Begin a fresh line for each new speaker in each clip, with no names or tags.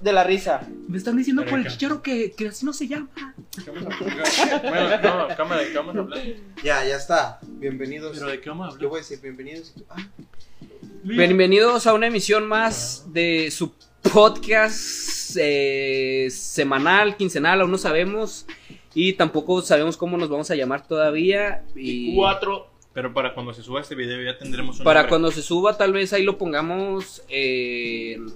de la risa.
Me están diciendo por el
Rebeca.
chichero que, que así no se llama.
Bueno, no, cámara, ¿de qué vamos a hablar?
Ya, ya está. Bienvenidos.
¿Pero de qué vamos a
Yo
hablar?
voy a decir bienvenidos. y tú, ah,
Bienvenidos a una emisión más de su podcast eh, semanal, quincenal, aún no sabemos. Y tampoco sabemos cómo nos vamos a llamar todavía. Y
Cuatro. Pero para cuando se suba este video ya tendremos un
para
nombre.
cuando se suba, tal vez ahí lo pongamos eh, en,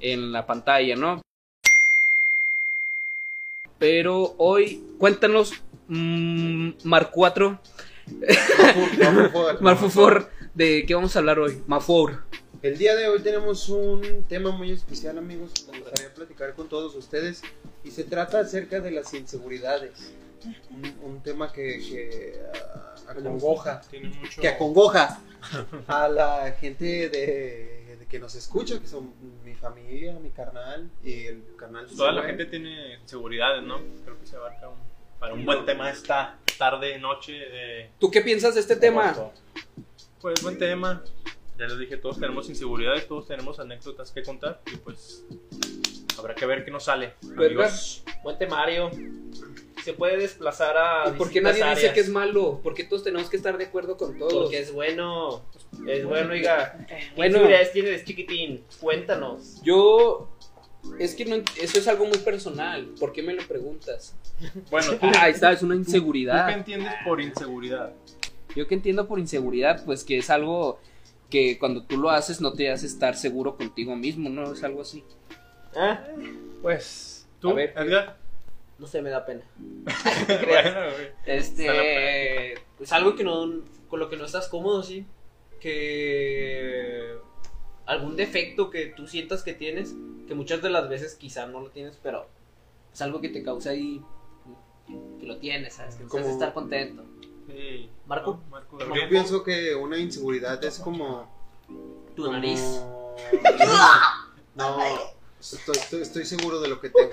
en la pantalla, ¿no? Pero hoy, cuéntanos, mm, Mar 4,
por favor.
Marfufor, ¿de qué vamos a hablar hoy? Mafor.
El día de hoy tenemos un tema muy especial, amigos. que Me gustaría platicar con todos ustedes. Y se trata acerca de las inseguridades. Un, un tema que, que ah, acongoja.
Tiene mucho...
Que acongoja a la gente de, de que nos escucha, que son mi familia, mi carnal y el carnal. de
Toda la
Samuel.
gente tiene seguridades, ¿no? Creo que se abarca un... Para un buen tema esta tarde, noche de...
¿Tú qué piensas de este tema?
Pues buen tema. Ya les dije, todos tenemos inseguridades, todos tenemos anécdotas que contar y pues habrá que ver qué nos sale.
Verga.
amigos.
Buen temario. Se puede desplazar a.
¿Y por qué
distintas
nadie dice
áreas.
que es malo? Porque todos tenemos que estar de acuerdo con todos.
Porque es bueno. Es bueno, oiga. ¿Qué
Bueno.
inseguridades tienes, chiquitín? Cuéntanos.
Yo. Es que no, ent- eso es algo muy personal. ¿Por qué me lo preguntas?
Bueno, ¿tú,
Ah, Ahí está, es una
tú
inseguridad.
qué entiendes por inseguridad?
Yo que entiendo por inseguridad, pues que es algo que cuando tú lo haces no te hace estar seguro contigo mismo, ¿no? Es algo así.
Ah,
Pues, ¿tú,
A ver.
Edgar?
No sé, me da pena.
Bueno, güey. Está la
Este. Es algo que no. Con lo que no estás cómodo, sí. Que. Algún defecto que tú sientas que tienes. Que muchas de las veces quizá no lo tienes, pero. Es algo que te causa ahí. Que lo tienes, ¿sabes? Que no
Como-
sabes estar contento.
Sí.
Marco.
No, Marco,
Yo
Gabriel.
pienso que una inseguridad es como.
Tu nariz.
Como- No, estoy, estoy- estoy seguro de lo que tengo.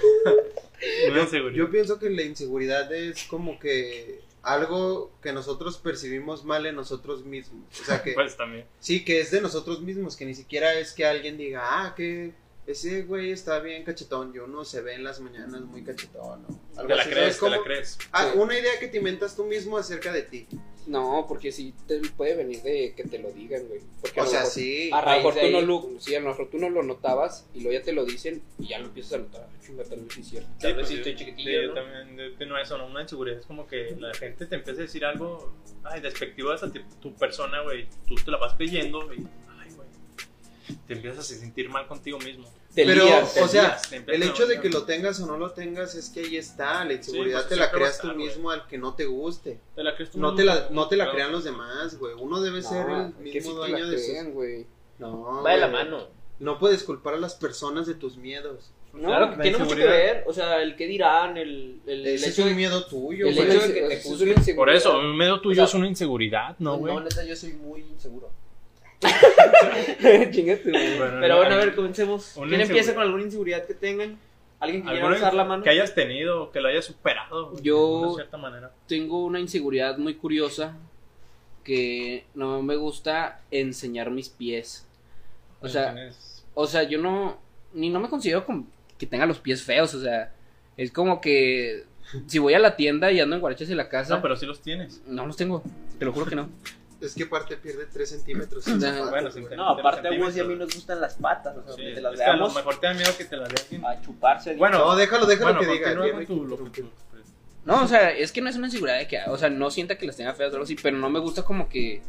Una inseguridad.
Yo pienso que la inseguridad es como que algo que nosotros percibimos mal en nosotros mismos. O sea, que
Pues también.
sí, que es de nosotros mismos, que ni siquiera es que alguien diga, ah, que ese güey está bien cachetón y uno se ve en las mañanas muy cachetón. o algo
Te la
así,
crees,
¿sabes
te la
cómo?
crees.
Ah, una idea que te inventas tú mismo acerca de ti.
No, porque sí te puede venir de que te lo digan, güey. Porque a
O
lo
sea,
mejor-
sí.
A lo mejor
raíz
tú
de
no
ahí.
lo, sí, a lo mejor tú no lo notabas y luego ya te lo dicen y ya lo empiezas a notar. Ah, Chinga, tal vez sí es cierto.
Tal vez
pues
sí
yo-
estoy chiquitillo,
sí, yo
¿no?
también, de- de- no, eso no, una inseguridad es como que la gente te empieza a decir algo, ay, despectivo hacia ti- tu persona, güey, tú te la vas creyendo, y, ay, güey, te empiezas a sentir mal contigo mismo.
Te
Pero,
lías, te
o sea,
lías, te empiezas
El
a
hecho de
bañar.
que lo tengas o no lo tengas es que ahí está, la inseguridad
pues,
te
siempre
la
va a
creas tú
estar, güey. Pues
mismo al que no te guste.
Te la crees tú
No
mismo,
te la,
güey,
no te la
claro.
crean los demás, güey. Uno debe ser el
No, que sí
mismo
te la
dueño de sus...
crean, güey.
No,
Va de la
güey.
mano.
No puedes culpar a las personas de tus miedos.
No,
claro que
la
tiene mucho que
inseguridad.
ver, o sea, el que dirán, el, el, el
Ese es
hecho
un
de...
miedo tuyo,
el
güey.
hecho de que te juzguen sin-
Por eso, un miedo tuyo
O sea,
es una inseguridad, ¿no, güey?
neta, yo soy muy inseguro.
Chingate, güey.
Bueno,
Pero
no,
bueno, a
al-
ver, comencemos.
Una
¿Quién empieza
inseguridad.
con alguna inseguridad que tengan? ¿Alguien que quiera
alguna
alzar la mano?
que hayas tenido, que lo hayas superado, güey,
Yo-
de cierta manera.
tengo una inseguridad muy curiosa que no me gusta enseñar mis pies. O sea,
Tienes-
o sea, yo no ni no me considero como que tenga los pies feos, o sea, es como que si voy a la tienda y ando en guaraches en la casa,
no, pero sí los tienes.
no los tengo, te lo juro que no.
Es que parte pierde 3 centímetros.
Nah,
en zapatos,
bueno,
güey.
sin-
No, aparte a Gus y a mí
centímetros.
nos gustan las patas, o sea,
Sí,
que te
es
las
que a lo
veamos
mejor te da miedo que te la veas
a chuparse.
Bueno,
No, déjalo, déjalo
Bueno,
que diga.
continúa con
tiene que
tu- lo que
interrumpir.
tú-
No, o sea, es que no es una inseguridad de que, o sea, no sienta que las tenga feas o algo así, pero no me gusta como que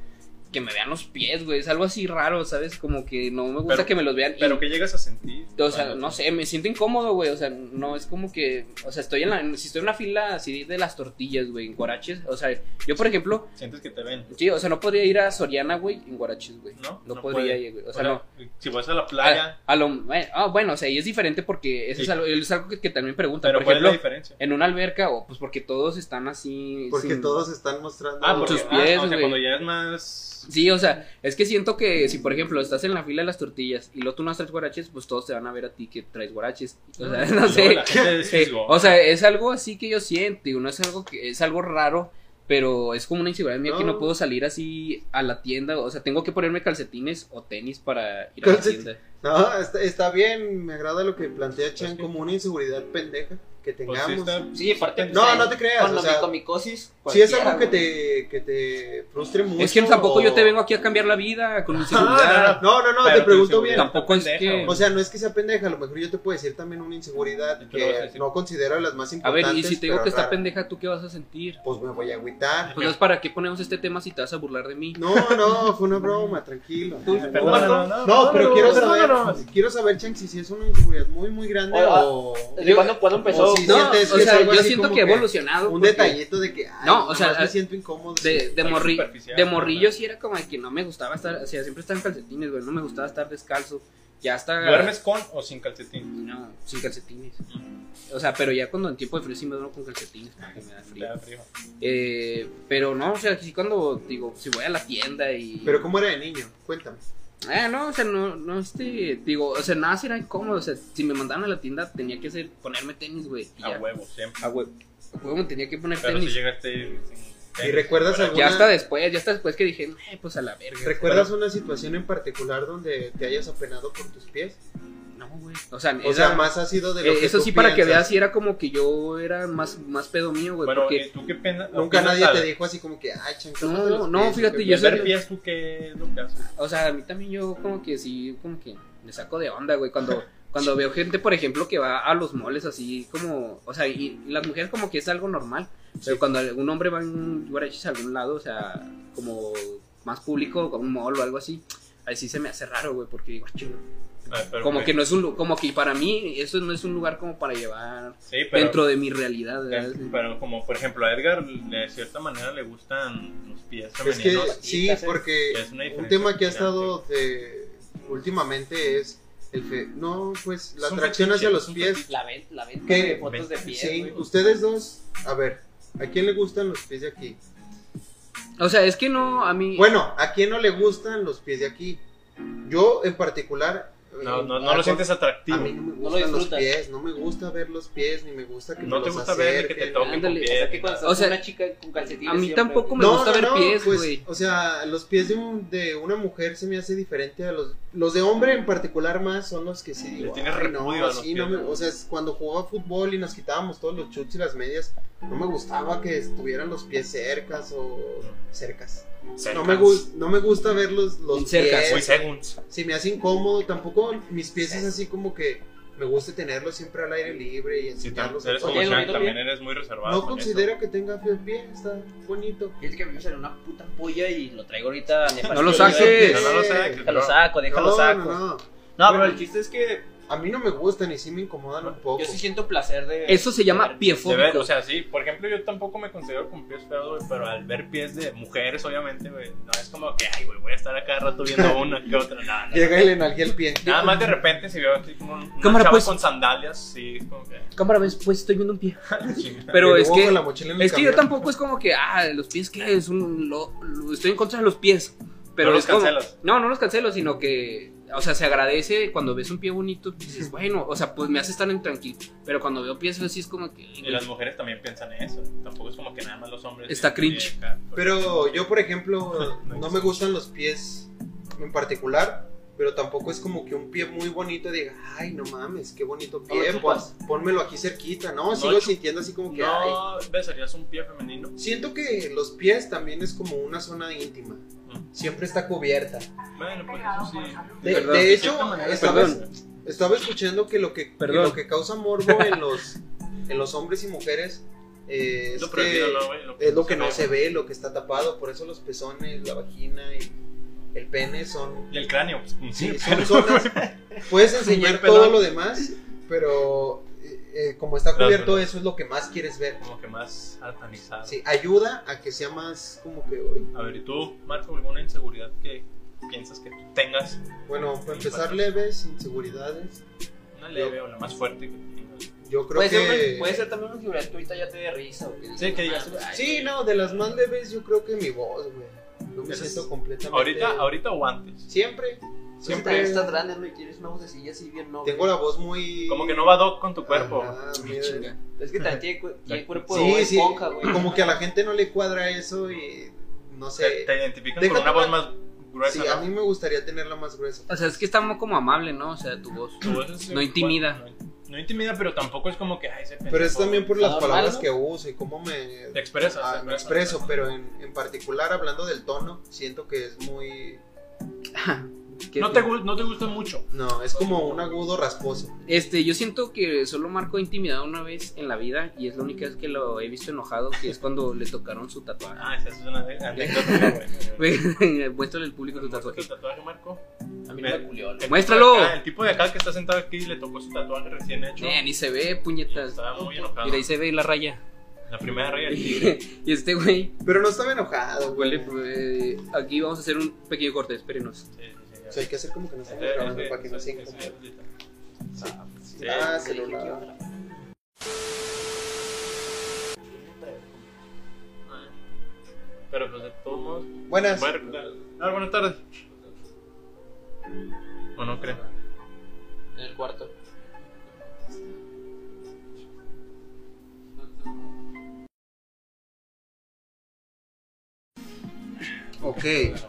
que me vean los pies, güey, es algo así raro, ¿sabes? Como que no me gusta
Pero-
que me los vean. y-
Pero que llegas a sentir.
O sea,
Bueno,
no sé, me siento incómodo, güey. O sea, no es como que. O sea, estoy en la. Si estoy en una fila así de las tortillas, güey, en guaraches. O sea, yo, por ejemplo,
Sientes que te ven.
sí, o sea, no podría ir a Soriana, güey, en guaraches, güey.
No, no
podría
puede.
ir, güey. O sea, no.
Si vas a la
A,
playa,
a lo. Bueno, ah, bueno, o sea, y es diferente porque eso
Sí.
es algo, es algo que, que también preguntan.
pero
por
¿cuál es la
ejemplo,
diferencia?
en una alberca, o pues porque todos están así.
Porque
sin-
todos están mostrando...
Ah,
por
porque
sus pies,
ah, o sea,
güey.
cuando ya es más.
Sí, o sea, es que siento que si, por ejemplo, estás en la fila de las tortillas y luego tú no traes guaraches, pues todos te van a ver a ti que traes guaraches. O sea, Mm, no
luego
sé.
la gente "Oh,
Sí,
se
o sea, es algo así que yo siento, digo, no es algo que es algo raro, pero es como una inseguridad mía que no
No.
puedo salir así a la tienda, o sea, tengo que ponerme calcetines o tenis para ir a la
Calcet-
tienda.
No, está, está bien, me agrada lo que plantea Chan
Es que-
como una inseguridad pendeja que
Pues sí
tengamos.
está-
Sí, aparte. pues,
No,
ahí,
no te creas,
Con
o
la
sea,
micomicosis.
Si es
cualquiera,
algo que
güey.
te, que te frustre mucho.
Es que tampoco
o-
yo te vengo aquí a cambiar la vida con mi
Ah,
seguridad.
No, no, no,
Pero
te pregunto
tu
bien.
inseguridad
Tampoco es
está
que-
pendeja,
O
güey.
sea, no es que sea pendeja, a lo mejor yo te puedo decir también una inseguridad
Tú lo vas a
que
decir.
no considero de las más
A ver,
importantes.
y si te digo
pero
que está
rara.
pendeja, ¿tú qué vas a sentir?
Pues me voy a agüitar.
Pues no es para qué ponemos este tema si te vas a burlar de mí.
No, no, fue una broma, tranquilo.
Pero no, no, no,
No, pero quiero
perdónanos.
saber, quiero saber, Chang, si es una inseguridad muy, muy grande
Ahora,
o
¿Desde cuándo, cuándo empezó?
o si
No,
sientes
o
que es
sea,
algo
yo
así
siento
como
Pues que he
que
evolucionado.
un
porque
detallito de que, ay,
No, o sea,
nomás me
a-
siento incómodo.
De, de,
Tan
morri-
superficial,
de
¿no?
morrillo sí era como de que no me gustaba estar, o sea, siempre estaba en calcetines, güey, no me gustaba estar descalzo. Ya hasta...
¿Duermes con o sin calcetín?
No, sin calcetines. O sea, pero ya cuando en tiempo de frío sí me duermo con calcetines porque me da
Te
frío.
da frío.
Eh, pero no, o sea, sí cuando digo, si voy a la tienda y...
Pero cómo era de niño, cuéntame.
Eh, no, o sea, no, no, este, digo, o sea, nada será incómodo, o sea, si me mandaban a la tienda tenía que hacer, ponerme tenis, güey. y
A
ya.
huevo, siempre.
A huevo. A huevo me tenía que poner
Pero si
tenis.
llegaste. sin-
¿Y recuerdas
Fuera.
alguna-
ya hasta después, ya hasta después que dije, eh, pues a la verga.
¿Recuerdas una situación en particular donde te hayas apenado por tus pies?
No, güey. O sea,
O
era-
sea, más ha sido de lo
eh,
que
eso
tú
sí, para que veas,
piensas.
si era como que yo era más, más pedo mío, güey.
Bueno,
porque
eh, ¿tú qué pena?
Nunca
opinas
nadie
al-
te dijo así como que, ay, Chang,
No,
¿cómo de los
no,
pies?
fíjate,
¿Qué
yo
Y al
soy-
ver pies, ¿tú qué es lo que haces?
O sea, a mí también yo como que sí, como que me saco de onda, güey, cuando, cuando veo gente, por ejemplo, que va a los moles así como, o sea, y, y las mujeres como que es algo normal, pero cuando algún hombre va en guaraches a algún lado, o sea, como más público, como un mall o algo así, ahí sí se me hace raro, güey, porque digo, "Ah, chinga".
Ah, pero,
como
güey,
que no es un, lu- como que para mí eso no es un lugar como para llevar
Sí, pero,
dentro de mi realidad, ¿verdad?
eh, pero como por ejemplo a Edgar, de cierta manera le gustan los pies
Es que
femeninos.
sí,
patitas, ¿eh?
porque
Ya es una
un
diferencia
tema que ha
gigante.
estado de- últimamente es el fe... No, pues la
Es un
atracción
fetiche,
hacia
es
los
un
pies.
fetiche.
La ven- la venta
¿Qué?
de fotos de pies,
Sí,
güey.
ustedes dos, a ver, ¿a quién le gustan los pies de aquí?
O sea, es que no, a mí...
Bueno, ¿a quién no le gustan los pies de aquí? Yo en particular...
No,
eh,
no, no
a-
lo sientes
A
atractivo.
mí no
lo
me gustan los
disfrutas.
pies, no me gusta ver los pies, ni me gusta que
No
me
te
los
gusta ver ni que te
acerquen.
toquen con
Ándale, o
O
pies.
sea, que cuando
ni
estás
nada.
O sea,
con una chica con calcetines.
a mí
siempre,
tampoco
güey.
me gusta ver pies,
pues,
güey.
o sea, los pies de, un- de una mujer se me hace diferente a los... Los de hombre en particular más son los que sí
Le
digo,
tienes
"Ay, no,
repudio a los
sí, no
pies,
me-
¿no?
O sea, es cuando jugaba fútbol y nos quitábamos todos los chutes y las medias, no me gustaba que estuvieran los pies cercas o... Cercas. No me, gus- no me gusta ver los, los
Cercas,
pies.
Muy segundos.
Se me hace incómodo, tampoco mis pies es así como que me gusta tenerlos siempre al aire libre
Sí,
y
tam-
enseñarlos. a
eres
todos.
como
Oye,
Shang,
¿lo
también eres muy reservado.
no
con
considero que tenga feo pie, está bonito.
Es que a mí me salió una puta polla y lo traigo ahorita. me
No lo
fastidio,
saques.
eso. No, no lo sé. que-
Déjalo saco, déjalo
No,
saco.
no, no.
No,
Bueno.
pero el chiste es que
A mí no me gustan y sí me incomodan un poco.
yo sí siento placer de.
Eso se
de
llama
ver-
De ver,
piefóbico.
o sea, sí, por ejemplo, yo tampoco me considero con pies feos, güey, pero al ver pies de mujeres, obviamente, güey, no es como que, ay, güey, voy a estar acá rato viendo una que otra, nada, nada.
Llega y le enalgué el pie.
Nada más de repente se vio aquí como un una
Cámara,
chava
pues.
con sandalias, sí, como que. "Ah,
Cámara, ves, pues estoy viendo un pie.
chinga.
Pero
Y
es
luego
que...
con la mochila en el
Es que yo
camión.
tampoco es como que, ah, los pies que es un. lo- lo- estoy en contra de los pies. Pero
No los
es como-
cancelas.
No, no los cancelo, sino que. O sea, se agradece cuando ves un pie bonito. Dices, bueno, o sea, pues me hace estar en tranquilo. Pero cuando veo pies así es como que.
Y las mujeres también piensan eso. Tampoco es como que nada más los hombres.
Está
eh,
cringe.
acá, porque-
Pero yo, por ejemplo,
No
no
existe.
me gustan los pies en particular. Pero tampoco es como que un pie muy bonito diga, ay, no mames, qué bonito
No lo
pie, pon-
chupas.
pónmelo aquí cerquita, ¿no?
No
Sigo
chup-
sintiendo así como que, ay.
No, besarías un pie femenino.
Siento que los pies también es como una zona íntima.
Mm.
Siempre está cubierta.
Bueno, pues eso sí.
De,
Perdón.
de
De
hecho,
cierta manera,
estaba,
perdón.
estaba escuchando que lo que, que
Perdón.
lo que causa morbo en los, en los hombres y mujeres eh,
Es
es,
lo
que
prohibido, ¿no, güey? Lo
es lo que no
ve.
se ve, lo que está tapado. Por eso los pezones, la vagina y el pene son,
Y el cráneo. pues,
sí, son
pero-
zonas. Puedes enseñar
Muy pelón.
todo lo demás, pero eh, eh, como está
Claro,
cubierto,
pero-
eso es lo que más quieres ver.
Como que más satanizado.
Sí, ayuda a que sea más como que, "Uy,
A ver, ¿y tú, Marco, alguna inseguridad que piensas que tú tengas?
Bueno, para
Sí,
empezar
para-
leves, inseguridades.
Una leve o la más fuerte que tengas.
Yo creo
Puede, ser,
que.
una- puede ser también una figura que ahorita ya te dé risa. o
Sí, que
digas, "Ah,
digas,
"Ay,
Sí, no, de las más leves, yo creo que mi voz, güey. No me
Esa es-
siento completamente.
¿Ahorita, ¿Ahorita o antes?
Siempre.
Siempre
Siempre.
estás grande, ¿no? Y tienes una vocecilla así bien noble.
Tengo la voz muy.
Como que no va doc con tu cuerpo.
Ajá,
Ah,
mira.
chinga.
Es que también tiene, cu- tiene cuerpo de
Sí,
Bob
sí.
esponja, güey.
Como que a la gente no le cuadra eso y. No
Te,
sé.
te identifican
Deja
con una
tú
voz
la-
más gruesa,
Sí, a
¿no?
mí me gustaría tenerla más gruesa.
O sea, es que está mo- como amable, ¿no? O sea, tu voz.
Tu voz es,
No
eh,
intimida.
bueno, no, no intimida, pero tampoco es como que, ay, ese
Pero es
pendejo".
también por las
¿Normal,
palabras
Ah, no?
que uso y cómo me,
Te expresas,
ah,
te
me
expresas,
expreso.
te
Pero en, en particular, hablando del tono, siento que es muy...
¿Qué-
No te, gu- no te gusta mucho.
No, es como un agudo rasposo.
Este, yo siento que solo Marco ha intimidado una vez en la vida y es la única vez que lo he visto enojado, que es cuando le tocaron su tatuaje.
Ah, esa es una ane- anécdota, güey.
Muéstrale al público tu
¿Muestra
tatuaje.
tu tatuaje, Marco?
A mí no me culió.
El tipo
¡Muéstralo!
de acá- el tipo de acá que está sentado aquí le tocó su tatuaje recién hecho.
Eh, ni se ve,
y
puñetas.
estaba muy enojado.
Mira, ahí se ve la raya.
La primera raya del tigre.
y este güey,
Pero no estaba enojado,
huele,
güey.
eh, aquí vamos a hacer un pequeño corte, espérenos.
Sí, sí, sí, ya.
O sea, hay que hacer como que no
Ese-
estamos grabando
ese-
para que no
ese-
se
ese-
incomode.
Ah, sí.
Ah, celular.
Pero pues de todos modos.
Buenas.
Bueno, ah, buenas tardes. ¿O no creen?
En el cuarto.
Ok.
De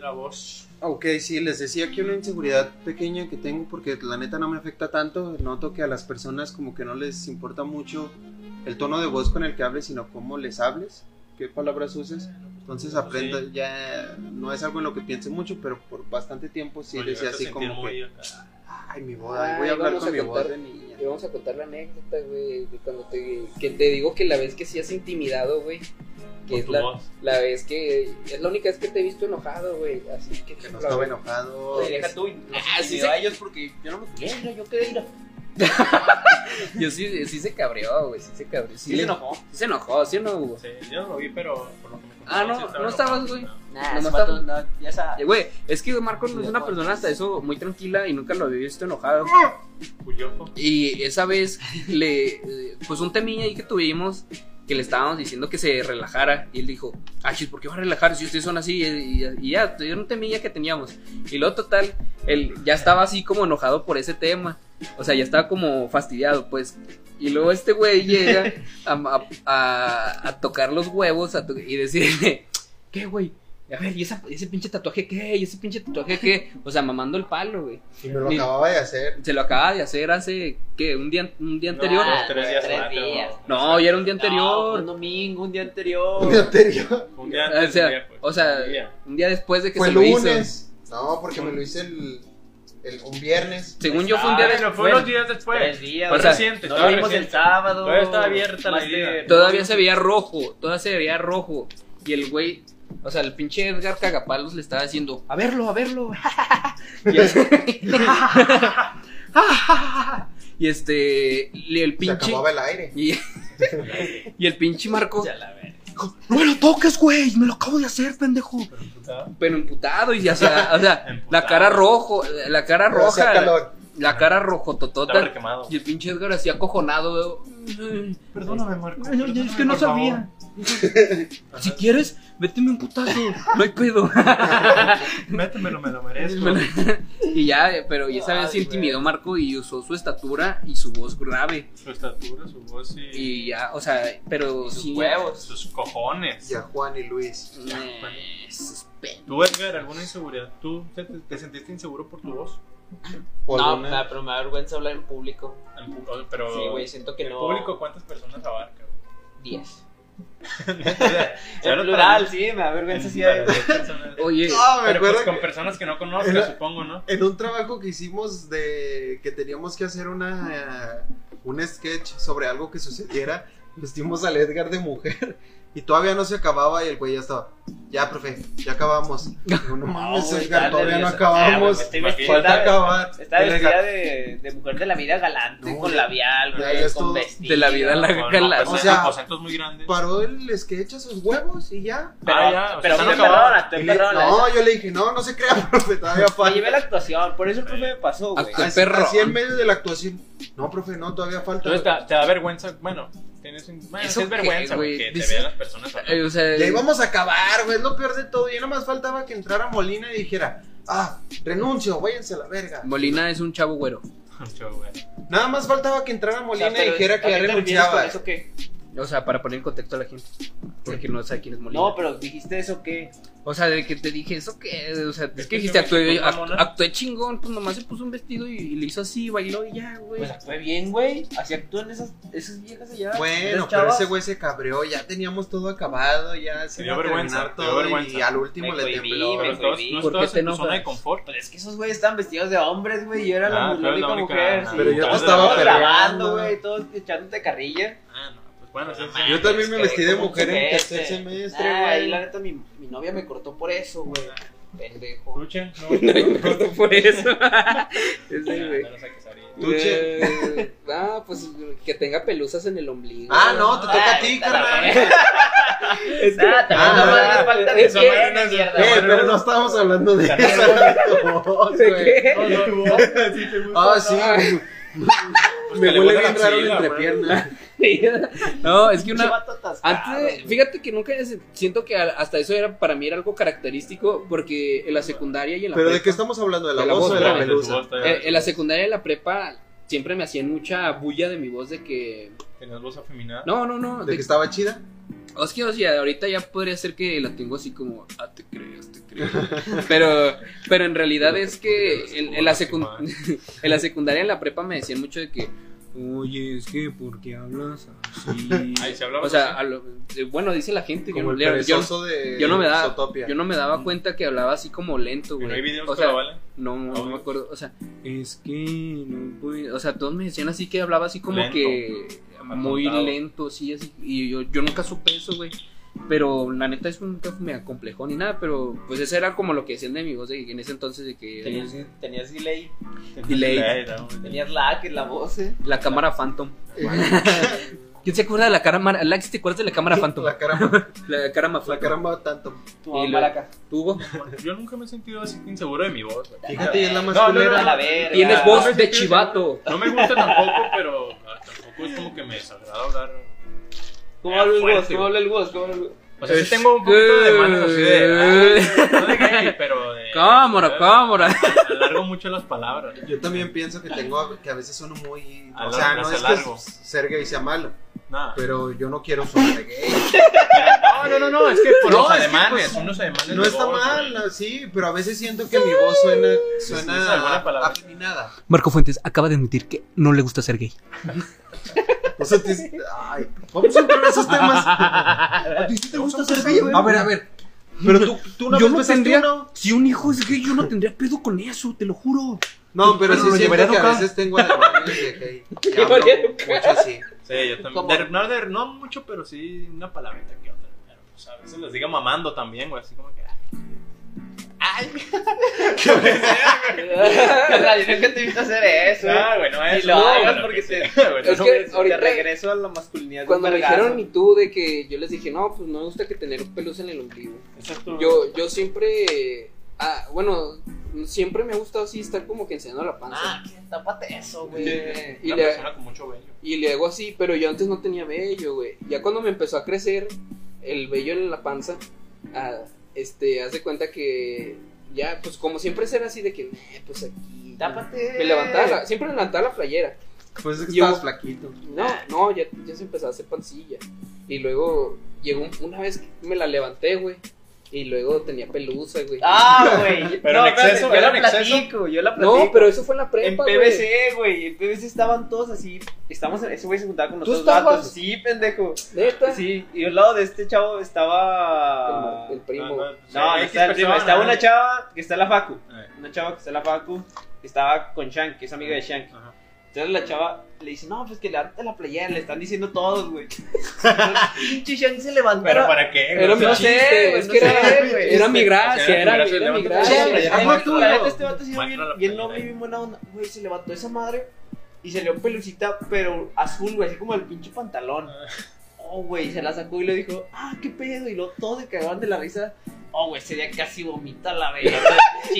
la voz.
Ok, sí, les decía que una inseguridad pequeña que tengo porque la neta no me afecta tanto. Noto que a las personas como que no les importa mucho el tono de voz con el que hables, sino cómo les hables, qué palabras uses. Entonces aprendo,
Sí.
ya no es algo en lo que piense mucho, pero por bastante tiempo sí
Lo
decía
llegaste
así
a
como
sentir muy
que,
acá.
ay, mi boda, voy a hablar con mi voz de niña.
Te vamos a contar la anécdota, güey, de cuando te... Que te digo que la vez que sí has intimidado, güey, que
Con
es
tu
la,
voz.
la vez que... Es la única vez que te he visto enojado, güey, así que...
Que no estaba enojado.
Oye, deja tú. Ah, sí, a ellos porque yo no me fui. Mira, yo quedé ir.
Yo sí, sí se cabreó, güey, sí se cabreó.
Sí,
Sí, le-
se enojó.
sí se enojó, ¿sí o no, Hugo?
Sí, yo no lo vi, pero por lo que me contaron,
Ah, no,
sí estaba
no
enojado.
estabas, güey.
No.
Nah,
Nomás
ese vato,
estamos-
no, ya está.
Eh, Güey, es que Marco es una persona hasta eso muy tranquila y nunca lo había visto enojado.
Cuyojo.
Y esa vez le eh, pues un temilla ahí que tuvimos que le estábamos diciendo que se relajara y él dijo, "Ah, chis, ¿por qué va a relajar si ustedes son así?" Y, y- y ya, era un temilla que teníamos. Y luego total, él ya estaba así como enojado por ese tema. O sea, ya estaba como fastidiado, pues. Y luego este güey llega a, a- a- a tocar los huevos a to- y decirle, "¿Qué, güey? A ver, ¿y esa- ese pinche tatuaje qué? ¿Y ese pinche tatuaje qué?" O sea, mamando el palo, güey
Y me lo
Ni-
acababa de hacer.
se lo acaba de hacer hace que un día un día anterior
Ah,
tres días.
tres
antes,
días.
¿no?
no ya era un día
No, pues,
anterior
un domingo, un día anterior.
Un día anterior.
Un día
o
antes, un
sea,
día, pues.
o sea,
Un día.
un día después de que
Fue
se
el
lo hizo
lunes. No, porque me lo hice el, el- un viernes.
según yo fue un día
Ah,
después
no, fue unos días
Tres
después.
días.
O
Fue
sea,
reciente,
no
estaba
lo vimos el
reciente.
sábado.
Todavía estaba abierta la
Más
herida.
tarde.
todavía se veía rojo todavía se veía rojo y el güey o sea el pinche Edgar Cagapalos le estaba diciendo a verlo a verlo y, y este y el
Se
pinche
acababa el aire.
y, y el pinche Marco
pues, Ya la verga.
No me lo toques, güey. Me lo acabo de hacer, pendejo.
pero emputado y ya sea, o sea, la
Emputado.
cara rojo, la cara
Pero
roja,
hacía calor.
la cara rojo
Estaba
totota
requemado.
y el pinche Edgar así acojonado. "Mm,
Perdóname, Marco.
Ay, ay, Es que no sabía.
Si quieres, méteme un putazo, no hay pedo.
Métemelo, me lo merezco.
Me la- y ya, eh, pero y esa
Ay,
vez se
güey.
intimidó Marco y usó su estatura y su voz grave
Su estatura, su voz y,
y ya, o sea, pero
Sus
sí,
huevos.
sus cojones.
Y a Juan y Luis.
eh, sus pe-
¿Tú, Edgar, alguna inseguridad? ¿Tú te, te sentiste inseguro por tu voz?
Por
No,
una-
nah, pero me da vergüenza hablar en público.
En pu- o- Pero,
Sí, güey, siento que
¿en
no.
público cuántas personas abarca? güey?
10.
Ya
En
no
plural,
tan-
sí, me da vergüenza sí.
Para diez personas.
Oye,
Ah, me
Pero pues
acuerdo
con
que
personas que no conozcas,
Era-
supongo, ¿no?
en un trabajo que hicimos de que teníamos que hacer una eh, un sketch sobre algo que sucediera, vestimos al Edgar de mujer y todavía no se acababa y el güey ya estaba. Ya, profe, ya acabamos. Digo, no mames,
güey,
Edgar,
está
todavía no
nervioso.
acabamos.
Ah, güey,
Falta
me estoy
Falta
vestida-
acabar.
Está
El
vestida
Edgar,
de, de mujer de la vida galante,
No,
con
ya-
labial,
ya
güey,
es
con
todo-
vestido.
de la vida la
Bueno,
la-
pues,
o
en
sea,
aposentos muy grandes.
Paró el sketch a sus huevos y ya.
Pero,
Ah, ya, o sea,
pero
están
me
acabados.
perrona,
Y
estoy
le-
perrona.
no, yo le dije, no, no se crea, profe, todavía
Me
falta.
llevé la actuación, por eso el profe me pasó, güey.
Actu-
Así-
perro.
Así en medio de la actuación. No, profe, no, todavía falta.
Entonces te, te da vergüenza, bueno, tienes un, bueno,
¿Eso
sí es vergüenza
qué, güey?
güey, que te
Dice-
vean las personas.
eh,
hablando.
o sea,
Ya íbamos a acabar, güey, es lo peor de todo. Y nada más faltaba que entrara Molina y dijera, ah, renuncio, váyanse a la verga.
Molina es un chavo güero.
Mucho, güey.
Nada más faltaba que entrara
O sea,
Molina y
pero
dijera que ya
¿también te refieres con
renunciaba.
eso qué?
O sea, para poner en contexto a la gente. Porque no sabe quién es Molina.
No, pero dijiste eso qué.
O sea, de que te dije, ¿eso qué? O sea, es
que
que
sí me
dijiste, actué,
chingó,
act-
mamona.
actué chingón, pues nomás se puso un vestido y, y le hizo así, bailó y ya, güey.
Pues actúe bien, güey. Así actúan esas, esas viejas allá.
Bueno,
esas
pero
chavas.
ese güey se cabreó, ya teníamos todo acabado, ya se
Me
iba
dio
a terminar
vergüenza, me dio
todo
vergüenza.
y al último
Me
le
cohibí,
tembló.
me
Pero
cohibí.
estabas- no
¿Por qué
estabas
te
en tu zona de
enojas?
confort. pues,
Pero es que esos güeyes estaban vestidos de hombres, güey. Yo era
Ah,
la,
tú
la
eres
única
la única-
mujer. sí.
Pero yo
Todos
estaba
estaban
perreando.
grabando, güey. Todos echándote carrilla.
Ah, no, pues bueno, sí, sí.
Yo también me
Es que
vestí de
como
mujer en
juguete.
tercer semestre,
Nah,
güey.
y la neta, mi, mi novia me cortó por eso, güey. Pendejo.
Escuchen,
Justo por eso. Ese, güey.
no.
Tú, che.
Eh, ah, pues que tenga pelusas en el ombligo.
Ah, no, te toca a ti,
Ah,
carnal. Eh,
también.
Es que-
Ah, también
Ah,
no madres, falta de
es que-
higiene, mierda.
Eh, pero no estábamos hablando de eso.
¿De
güey.
qué?
Ah, sí.
Pues que
Me
le
huele
huela
bien
la
raro
axila,
la entrepierna.
No, es que
Pinche
una.
vato atascado,
Antes,
güey.
fíjate que nunca es- siento que al- hasta eso era para mí era algo característico porque en la secundaria y en la
Pero de
prepa-
qué estamos hablando, de la,
De la
voz o
voz,
de la
güey.
pelusa.
eh, en la secundaria y en la prepa siempre me hacían mucha bulla de mi voz de que
Tenías voz afeminada.
no, no, no,
De
de
que estaba chida.
O Es que, o sea, ahorita ya podría ser que la tengo así como, ah, te creas, te creas. Pero, pero en realidad
Pero
es
te
que
podrías
en, en la secu-
lastimar.
en la secundaria, en la prepa me decían mucho de que, oye, es que, ¿por qué hablas así?
Ahí se hablaba.
O sea, a lo- eh, bueno, dice la gente, yo
Como
no,
el
yo- yo-
perezoso de
yo no me daba-
Zootopia.
yo no me daba cuenta que hablaba así como lento,
no hay
güey.
videos
O
que
sea,
lo valen.
no, no me
Audios.
acuerdo, o sea, es que no pude, o sea, todos me decían así que hablaba así como
Lento.
que muy
Atontado.
lento, sí, así, y yo, yo nunca supe eso, güey. Pero la neta eso nunca me acomplejó ni nada, pero pues eso era como lo que decían de mi voz de que en ese entonces de que
Tenías, tenías delay.
Delay.
Era, güey.
Tenías lag en la voz, eh.
la cámara Phantom. ¿Quién se acuerda de la cámara? Alex, ¿te acuerdas de la cámara Phantom?
La caramba,
La
la
cámara Phantom.
caramba tanto.
Tu
Y
mamá
lo-
maraca.
¿Tuvo?
Yo nunca me he sentido así inseguro de mi voz. güey.
Fíjate, y es la más
No, no,
culera.
A la verga.
Tienes
no,
voz
no,
de
no,
chivato.
No me gusta tampoco, pero ah, tampoco es como que me desagrada hablar.
¿Cómo habla el voz?
Fuerte,
¿Cómo habla el voz? ¿Cómo habla el voz?
O sea, sí tengo un poquito de manos así de. ah, No de gay, pero de.
Cámara, cámara.
Alargo mucho las palabras.
Yo también pienso que tengo que a veces sueno muy.
A
o
la-
sea,
las
Ah, no es
alargo.
que ser gay sea malo,
Nada.
pero yo no quiero sonar gay.
No, no, no, no, es que por
No,
los
es que,
alemanes,
pues,
Ah, unos alemanes.
No
de
está
voz,
mal,
güey.
sí, pero a veces siento que mi voz suena,
sí, es alguna
suena
palabra.
afeminada.
Marco Fuentes acaba de admitir que no le gusta ser gay.
O sea, te- ay, vamos a entrar a esos temas. ¿A ti sí te gusta ser gay? A ver, a ver. Pero tú, tú una
Yo
vez
no
besaste
tendría-
uno.
Si un hijo es gay, yo no tendría pedo con eso, te lo juro.
No, pero sí
lo
siento
llevaría
que a
educado.
veces tengo alemanes de gay. Y hablo
Llevaría
mucho así.
Sí, yo también.
¿Cómo?
De- no, de- no mucho, pero sí una palabrita que otra. Pero, pues, a veces les diga mamando también, güey, así como que. "Ah, ¡Ay!
La yo que te invito a hacer eso, eh.
Ah, bueno,
Ni
eso.
lo
no,
hagas
bueno,
porque
que
te-
sí, güey,
es
no,
que
güey, sí.
ahorita-
Te regreso a la masculinidad. de
Cuando
un
me
vergazo.
dijeron y tú de que yo les dije, no, pues no me gusta que tener pelos en el ombligo.
Exacto.
Yo, yo siempre, ah, bueno, siempre me ha gustado así estar como que enseñando la panza.
Ah, tápate eso, güey.
Eh, y,
Una
le,
persona con mucho vello.
y le hago así, pero yo antes no tenía vello, güey. Ya cuando me empezó a crecer el vello en la panza, ah, este, haz de cuenta que ya, pues como siempre ser así de que, "Nah, pues aquí.
Tápate.
Me levantaba, la- siempre me levantaba la playera.
Pues es que
Yo-
estabas flaquito.
No, no, ya, ya se empezó a hacer pancilla. Y luego llegó un- una vez que me la levanté, güey. Y luego tenía pelusa, güey.
Ah, güey.
Pero en exceso,
espérate, yo
era
la
en exceso.
platico, yo la platico.
no, pero eso fue en la
En
prepa, güey.
PVC, güey. En PVC estaban todos así. Estamos en- ese güey se juntaba con
¿Tú
nosotros.
estabas?
vatos. Sí, pendejo.
Neta.
Sí, y al lado de este chavo estaba.
El, el primo.
pues,
No, no
X
estaba el primo.
persona,
Estaba una
¿no?
chava que está en la Facu.
Eh,
Una chava que está en la Facu. que Estaba con Shank, que es amiga
Ah.
de Shank.
ajá.
Entonces la chava le dice, no, pues que levanta la playera, le están diciendo todos, güey. Entonces, Pinche Shank se levantó.
Pero para qué, güey?
Era
O sea,
mi
no
chiste,
sé, güey,
es
no
que era,
sé, güey.
era mi
Este,
gracia,
era mi
era,
gracia,
era mi
levanta-
gracia.
Sí,
hazlo
la neta,
tú.
la neta, este vato sí
Muestra la
bien, bien noble y
playera.
bien buena onda. Güey, se levantó esa madre y se le dio pelucita, pero azul, güey, así como el pinche pantalón.
Ah.
Oh, güey, se la sacó y le dijo, ah, qué pedo. Y luego todos se cagaban de la risa. Oh, güey, ese día casi vomita la verga.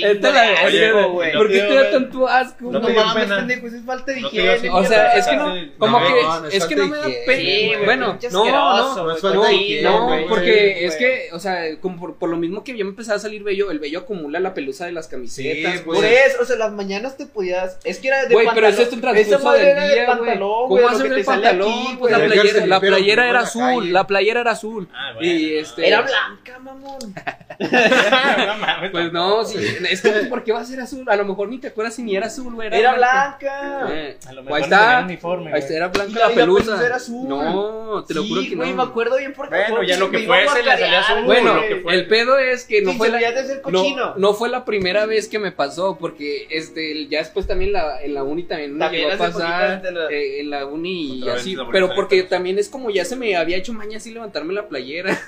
Esta
Chingo
la
de
Oye,
asco,
gracia,
güey.
güey. ¿Por qué
No
te
te
da
digo,
tanto asco?
No
No
te dio
mames,
pena.
pendejo, eso es falta de
No te
higiene.
dio-
O sea, es que
Sí,
no,
no,
como
no,
que,
mames,
es que no me
falta
da
higiene,
pena.
Sí, güey,
bueno,
pinche
no, no,
asqueroso,
no,
güey,
falta
todo
de
bien,
higiene,
No,
güey.
porque
Sí, güey.
es que, o sea, como por, por lo mismo que ya me empezaba a salir vello, el vello acumula la pelusa de las camisetas.
Sí, pues,
güey.
Por eso, o sea, las mañanas te podías. Es que era de
Güey,
pantalón.
pero eso es un
Esa
transcurso
madre
del
era de
día, güey.
pantalón,
¿Cómo
lo
haces
que
el
te sale
pantalón?
aquí,
Pues la
güey.
Dejarse
playera, la
limpiar el culo
playera era
en la
azul,
calle.
la playera era azul.
Ah, bueno,
Y
no.
este
Era blanca, mamón.
no mames.
Pues no, sí, es que pues, ¿por qué va a ser azul? A lo mejor ni te acuerdas si ni era azul, güey.
Era blanca.
Eh,
A lo
o
mejor
ahí
no
está.
tenía uniforme,
Ahí
güey.
está, era blanca
Y
la,
la- y la
pelusa.
pelusa era azul.
No, te lo juro
Sí,
que
güey,
no.
me acuerdo bien porque.
Bueno,
porque
ya lo
me
que
iba
fue,
a
se le salió
guacarear,
azul,
güey.
Bueno,
lo que fue.
el pedo es que no
Sí,
fue
se
la,
veía de ser cochino.
no, no fue la primera vez que me pasó, porque este ya después también la, en la uni también, me
También
llegó a
hace
pasar
poquito de la-
eh, en la uni y
Otra vez
así,
la
pero
bonita
porque
de todos.
también es como ya se me había hecho maña así levantarme la playera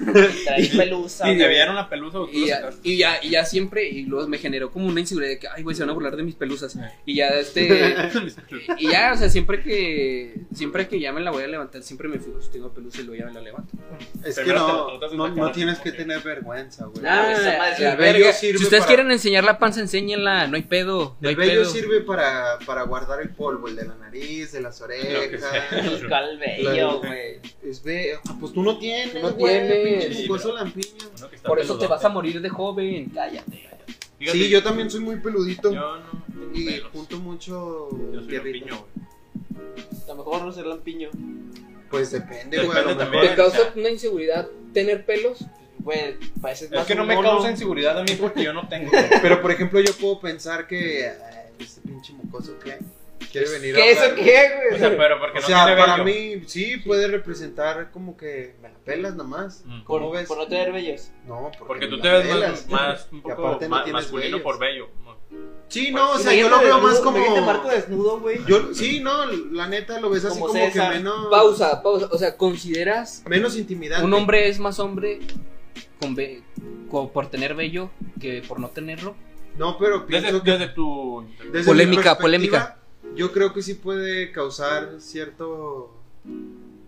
Trae pelusa.
Y te
güey.
vieron la pelusa o tú
y
la
ya,
sacaste.
y ya y ya siempre y luego me generó como una inseguridad de que ay güey se van a burlar de mis pelusas y ya este y ya, o sea, siempre que siempre que ya me la voy a levantar, siempre me fijo si tengo pelusa y luego ya me la levanto.
Es que
Primero te
no,
lo tratas de
no,
sacar
no tienes
así,
que
ok.
tener vergüenza, güey.
Ah, esa madre es
el
la
vello-
verga.
si
sirve
ustedes
para-
quieren enseñar la panza, enséñenla, no hay pedo, no hay
el vello
pedo.
sirve para, para guardar el polvo, el de la nariz, de las orejas.
Y cuál bello, güey.
Es ve, ah, pues tú no tienes,
No
güey,
tienes.
pinche
Sí,
mucoso
pero-
lampiño.
Uno que está
Por eso te
peludote.
vas a morir de joven, cállate.
Fíjate,
Sí, yo también soy muy peludito
Yo no tengo
y
pelos.
junto mucho
Yo soy un
tierrita.
piño, güey.
A lo mejor no ser lampiño.
Pues depende, güey, a lo
Depende
mejor.
también. causa
una inseguridad tener pelos?
Güey, pareces
Es
más
que no
un
me
mono.
causa inseguridad a mí porque yo no tengo. güey.
Pero por ejemplo, yo puedo pensar que ay, este pinche mucoso que quiere venir
¿Qué
a
eso
hablar.
qué,
O
güey?
sea, pero porque
O
no
sea,
tiene
para
vello.
mí sí puede representar como que me la pelas nada más.
Mm.
por,
¿Cómo ves?
por no tener bellos.
No, porque,
Porque
me
tú
la
te ves
pelas.
más, más un
Y
poco
aparte no
ma-
tienes
masculino
vellos.
por bello.
Sí,
Pues,
no, o sea, yo lo
Imagínate
veo más
desnudo, Imagínate a
como
Marco desnudo, güey.
yo sí, no, la neta lo ves así
Como
como
César.
que menos
Pausa, pausa, o sea, ¿consideras
menos intimidad.
un hombre es más hombre con ve- con- por tener vello que por no tenerlo?
No, pero
Desde,
pienso que
desde tu.
desde
Polémica,
mi perspectiva,
polémica.
Yo creo que sí puede causar cierto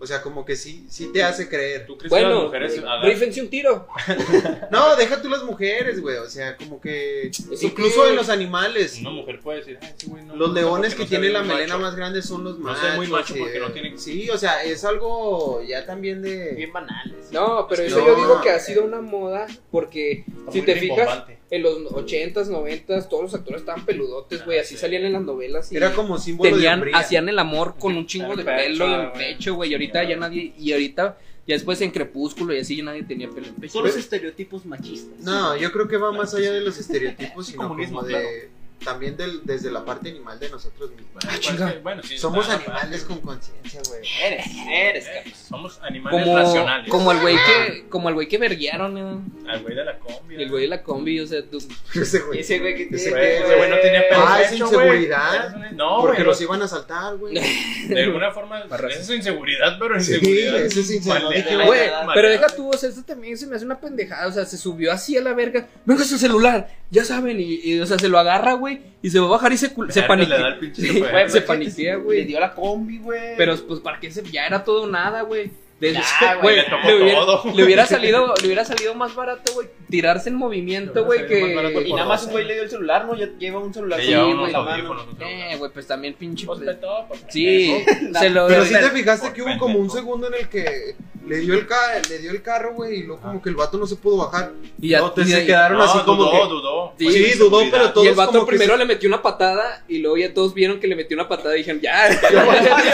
o sea, como que sí, sí te hace creer.
¿Tú crees que las mujeres agarran-
un tiro.
No, deja tú las mujeres, güey. O sea, como que.
Eso
Incluso
qué.
en los animales.
Una mujer puede decir, "Ay, ese güey no-
Los
no,
leones
porque
que
no se
tienen
ve
la
muy
melena
macho".
más grande son los
No
machos.
soy muy macho
sí.
porque no tienen-
Sí, o sea, es algo ya también de.
Bien banales.
No, pero eso
No.
yo digo que ha sido una moda porque
Está
si
muy
te fijas
rimbombante.
en los 80s, 90s todos los actores estaban peludotes, güey,
Ah,
así
sí.
salían en las novelas y
Era como símbolo de
tenían
hombría.
hacían el amor con un chingo
El
de
pecho,
pelo en el
güey.
pecho, güey, y ahorita ya nadie y ahorita ya después en Crepúsculo y así ya nadie tenía pelo en el pecho.
Son los estereotipos machistas.
No, yo creo que va más allá de los estereotipos, sino
Comunismo,
como de. También del- desde la parte animal de nosotros mismos.
Bueno, pues,
chinga.
que, bueno, sí,
Ah, Somos
está-
animales con conciencia, güey.
Eres, eres,
Eh,
cabrón.
Somos animales
Como,
racionales.
como el güey que como el güey que verguearon, eh,
Al güey de la combi.
y el güey de la combi, o sea, tú
Ese güey.
Ese güey que tiene.
Ese güey-
ese güey no tenía pelo.
Ah, es
Pecho, güey.
inseguridad.
No,
Porque
güey.
los iban a saltar, güey.
De alguna forma,
Para-
esa es su inseguridad, pero
Sí,
inseguridad.
esa es inseguridad.
Maleante,
Ay,
Güey,
nada,
pero
maleante.
deja tú, o sea, esto también se me hace una pendejada, o sea, se subió así a la verga, venga su celular, ya saben, y, y, o sea, se lo agarra, güey, y se va a bajar y se, cul- se
Verga, le da
paniquea.
el pinche
Sí,
chofer.
güey, se
Güey,
paniquea,
Le
güey.
dio la combi, güey.
Pero pues para qué se ya era todo nada, güey. De-
Ya,
güey,
güey, le
tomó
le, hubiera,
todo.
le hubiera salido, le hubiera salido más barato, güey, tirarse en movimiento,
Le hubiera salido
güey,
más
que
barato
Y
por
nada más
dos,
un güey le dio el celular, ¿no? Ya lleva un celular.
Le
con-
llevaba
Sí,
unos
güey,
audífonos. un
eh,
celular.
güey, pues también pinche
Pues, de todo, porque-
Sí,
Nah.
se lo
Pero
se-
si te fijaste
por
que hubo como un
pendejo.
segundo en el que le dio el, ca- le dio el carro, güey, y luego como que el vato no se pudo bajar.
y ya-
no, te
y
se
ya-
quedaron
No,
así como
dudó,
que...
dudó.
Sí,
Fue
sí, dudó,
inseguridad.
pero todo-
Y el
todos como
vato
que
primero
se-
le metió una patada y luego ya todos vieron que le metió una patada y dijeron, ya,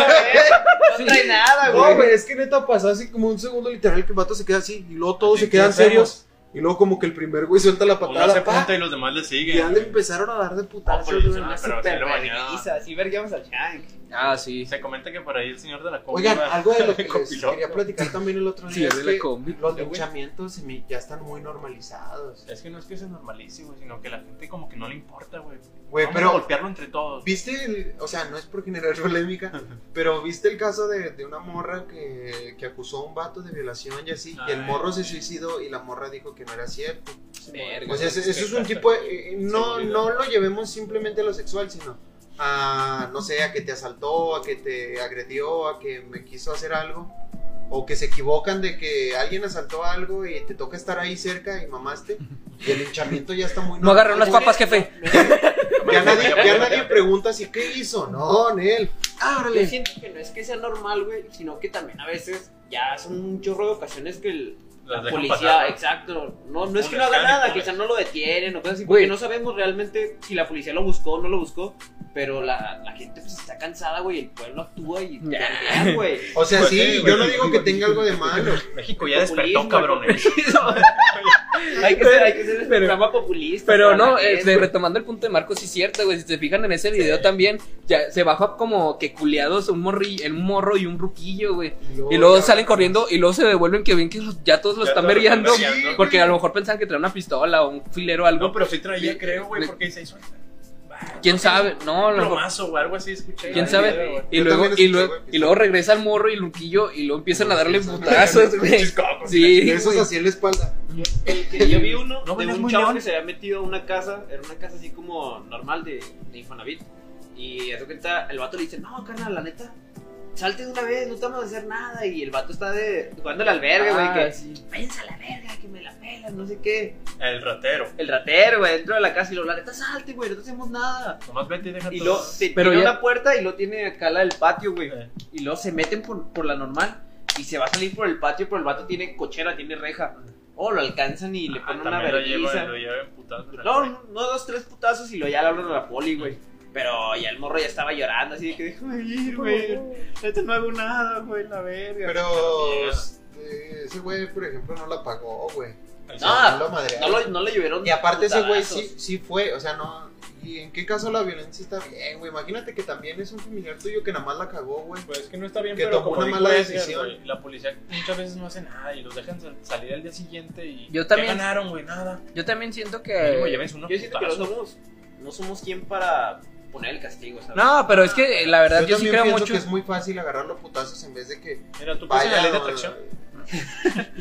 No trae nada,
No,
güey.
Ah, güey, es que neta pasó así como un segundo literal que el vato se queda así y luego todos
Así
se quedan
que hacemos.
serios y luego como que el primer güey suelta la
Uno hace
patada pa,
punta y los demás le
y ya le
siguen.
empezaron a dar de
Ah,
putazo.
pero
güey.
una
pero sí
super
lo bañaba.
vergüenza, Así vergueamos al Chang.
Ah, sí.
Se comenta que por ahí el señor de la combi.
Oigan,
iba-
algo de lo que les
copiloto.
quería platicar también el otro
Sí,
día
de
es
la
que
combi.
los linchamientos se me- ya están muy normalizados.
Es que no es que se normalice, güey, sino que la gente como que no le importa, güey.
Güey,
Vamos a
pero
golpearlo entre todos.
¿Viste el, o sea, no es por generar polémica, pero viste el caso de, de una morra que, que acusó a un vato de violación y así, y el
Ay.
morro se suicidó y la morra dijo que no era cierto?
Verga.
O sea, eso, eso es un tipo, de- eh, no, no lo llevemos simplemente a lo sexual, sino a, no sé, a que te asaltó, a que te agredió, a que me quiso hacer algo, o que se equivocan de que alguien asaltó algo y te toca estar ahí cerca y mamaste, y el hinchamiento ya está muy...
No agarraron las
normalizado.
papas, jefe.
Ya nadie, ya nadie pregunta si qué hizo. No, Nel.
Yo
Ábrale.
siento que no es que sea normal, güey, sino que también a veces ya son un chorro de ocasiones que el,
Las
la
dejan
policía,
pasar, ¿no?
exacto, no, no es que
Un
no haga
mecánico,
nada,
güey.
quizás no lo detienen o cosas así, porque
Güey.
no sabemos realmente si la policía lo buscó o no lo buscó, pero la, la gente pues está cansada, güey, el pueblo actúa y
Ya.
verguea, güey.
O sea,
Pues
sí,
sí,
yo
güey.
no digo que tenga algo de malo.
México ya despertó,
Populismo,
cabrones.
Hay que ser, hay que ser un
Pero-
programa populista.
Pero no,
programa
eh,
es,
de-
güey.
retomando el punto de Marco, sí es cierto, güey. Si se fijan en ese video también, ya se baja como que culiados un, morri, el morro y un ruquillo, güey. Y luego
ya-
salen corriendo y luego se devuelven que ven que los- ya todos lo
Ya
están
todos lo están
vergueando.
vergueando.
Porque a lo mejor pensaban que traía una pistola o un filero o algo.
No, pero sí traía,
Le-
creo, güey,
le-
porque dice eso.
¿Quién sabe? No, a
Un
lo mejor-
plomazo o algo así, escuché.
¿Quién
Ay,
sabe?
güey.
Y
Yo
luego,
también
y,
escuché,
luego,
güey,
y luego regresa el morro y el ruquillo y luego empiezan a darle putazos, güey.
Pinches cocos.
Sí,
De esos
güey.
así en la espalda.
El que yo vi uno
No,
de
bueno, es
un
muy
chavo
león.
que se había metido a una casa, era una casa así como normal de, de Infonavit. Y eso que está, el vato le dice, no, carnal, la neta, salte de una vez, no te vamos a hacer nada. Y el vato está de, jugando al albergue, güey,
Ah,
que
sí.
pensa la verga, que me la pelas, no sé qué.
El ratero.
El ratero, güey, dentro de la casa y lo, la neta, salte, güey, no te hacemos nada.
Nomás vete y deja
Y
todo.
luego se
Pero
pero
ya-
una puerta y lo tiene acá la del patio, güey.
Eh.
Y luego se meten por, por la normal y se va a salir por el patio, pero el vato tiene cochera, tiene reja. Oh, lo alcanzan y le
Mm. Ah,
ponen una
también lo lleva,
vergüenza.
lo lleva emputado.
No, no, no, dos, tres putazos y lo ya le hablan a la poli, güey. Pero ya el morro ya estaba llorando, así de que déjame ir, güey. Neta, no hago nada, güey, la verga.
Pero este, ese güey, por ejemplo, no la pagó, güey.
Ah,
no lo madrearon.
no, lo, no le llovieron.
Y aparte ese güey
putazos.
sí, sí fue, o sea, no... ¿Y en qué caso la violencia está bien, güey? Imagínate que también es un familiar tuyo que nada más la cagó, güey.
Pues es que no está bien,
Que
pero
tomó
como
una
dijo
mala
Edgar,
decisión.
güey, la policía muchas veces no hace nada y los dejan sal- salir al día siguiente y
Yo
¿qué
también-
ganaron, güey, nada.
Yo también siento
Mínimo
que.
llévense unos
Eh, Yo siento que no
putazos.
somos, no somos quien para poner el castigo, ¿sabes?
No, pero es que la verdad yo, sí
también
creo
pienso
mucho.
que es muy fácil agarrar los putazos en vez de que
Mira, tú pasas la
vaya...
ley de atracción.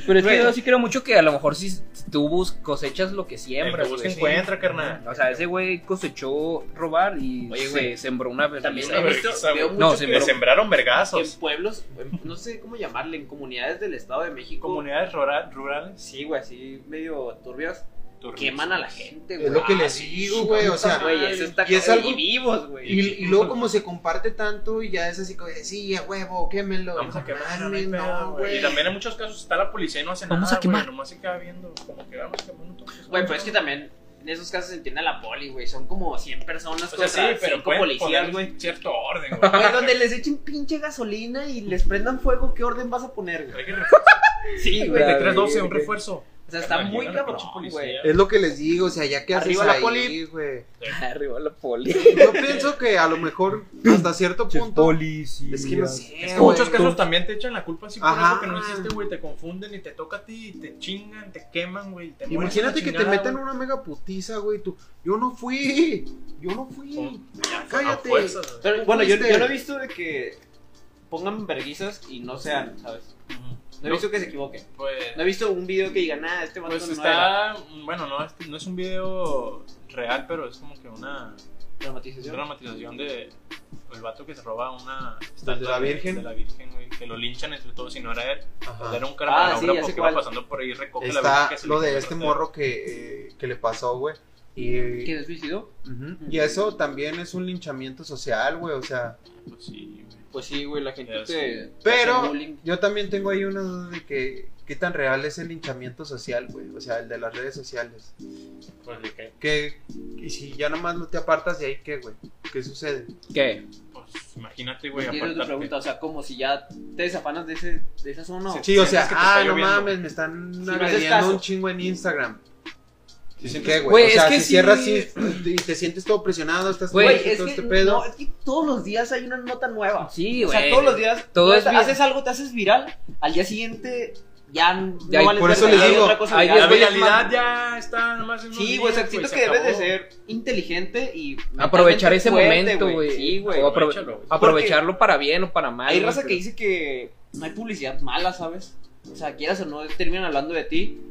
Pero es que
Güey.
yo sí creo mucho que a lo mejor si tú bus- cosechas lo que
El
siembras.
que busca
güey.
encuentra, carnal.
O sea, ese güey cosechó robar y
Oye,
se
güey.
sembró una vez.
También
Una
he visto,
vergüenza,
veo
güey.
mucho
No,
que-
sí,
Le
pero-
sembraron vergazos.
en pueblos, en- no sé cómo llamarle, en comunidades del Estado de México.
Comunidades rura- rurales.
Sí, güey, así medio turbias.
turbias.
Queman a la gente, güey.
Es lo que
Ah,
les
sí,
digo, güey, o sea...
Güey, eso está
Y es
cabrón,
algo-
y vivos, güey.
Y, y luego como se comparte tanto y ya es así como, de, sí, a huevo, quémelo.
Vamos a
No
quemar,
mames, no, güey.
Y también en muchos casos está la policía y no hace
Vamos
nada.
a quemar.
güey, Nomás se queda viendo como que vamos quemando todos.
Güey, pero es que también en esos casos se entiende a la poli, güey. Son como 100 personas
O sea, sí, pero
cinco
pueden
policías,
poner
güey.
cierto orden,
Güey,
güey.
donde les echen pinche gasolina y les prendan fuego, ¿qué orden vas a poner, güey?
Hay que refuerzo,
Sí,
güey.
güey.
de 3-12, un refuerzo.
O sea, está
Llega
muy
la
cabrón,
pinche policía.
güey.
Es lo que les digo, o sea, ya que haces
Arriba la
ahí,
poli.
güey.
Arriba la poli.
Yo pienso que a lo mejor hasta cierto punto...
Policía.
Es que no sé,
Es que
En
güey.
muchos casos también te echan la culpa así por
Ajá.
eso que no hiciste, güey. Te confunden y te toca a ti, y te chingan, te queman, güey. y te mueres
Imagínate
la
que te
chingada,
meten
güey.
una mega putiza, güey. Tú, yo no fui. Yo no fui.
Son- ya,
cállate.
a fuerzas, güey.
Pero, bueno, yo,
fuiste?
yo no he visto de que pongan verguizas y no sean, ¿sabes? No he
No.
visto que se equivoquen.
Pues,
No he visto un video que digan, ah, este vato
pues
no era.
está. Bueno, no, este no es un video real, pero es como que una
Dramatización.
dramatización de. El vato que se roba una
de la Virgen?
de la Virgen, güey, que lo linchan entre todos y no era él.
Ajá.
Era Oh, un
Ah, sí, ya
carnaval
sé
que va
cuál.
pasando por ahí y recoge la Virgen.
Está
que se le
lo
cae
de
al
este
ratero.
morro que, eh, que le pasó, güey.
¿Quién
Y,
se suicidó?
Ujú. y eso también es un linchamiento social, güey. O sea,
Pues sí, güey.
Pues sí, güey, la gente
Ya
te-
sé.
te. hace
Pero
bullying.
yo también tengo ahí una duda de que qué tan real es el linchamiento social, güey, o sea, el de las redes sociales.
Pues le cae.
Que y si ya nomás no te apartas de ahí, ¿qué, güey? ¿Qué sucede?
¿Qué?
Pues imagínate, güey.
Entiendo tu
apartarte.
pregunta, o sea, como si ya te desafanas de, ese, de esa zona. o-
Sí, o
sientes
sea,
que te
ah,
está
no
lloviendo.
mames, me están
no haces
agrediendo
caso.
un chingo en Instagram.
Sí, sientes-
¿Qué, güey?
Güey,
O sea,
es que
si
sí.
cierras así y te sientes todo presionado, estás
Güey,
Güey,
triste,
es
todo
que,
este pedo.
no, es que todos los días hay una nota nueva.
Sí,
o
güey.
sea, todos los días
Todo
tú
es vi-
haces algo, te haces viral, al día siguiente ya no
Ya, y
vales
por eso
verga,
les
ya hay
digo,
otra cosa
ahí
viral.
La
es-
viralidad ya está nada más en unos
Sí, güey, o sea,
días,
siento
se
que debes de
acabó.
ser inteligente y
Aprovechar
mentalmente
ese
fuerte,
momento, güey.
Sí, güey.
O aprove-
Aprovechalo, güey.
Aprovecharlo para bien o para mal.
Hay
güey,
raza que
pero-
dice que no hay publicidad mala, ¿sabes? O sea, quieras o no, terminan hablando de ti.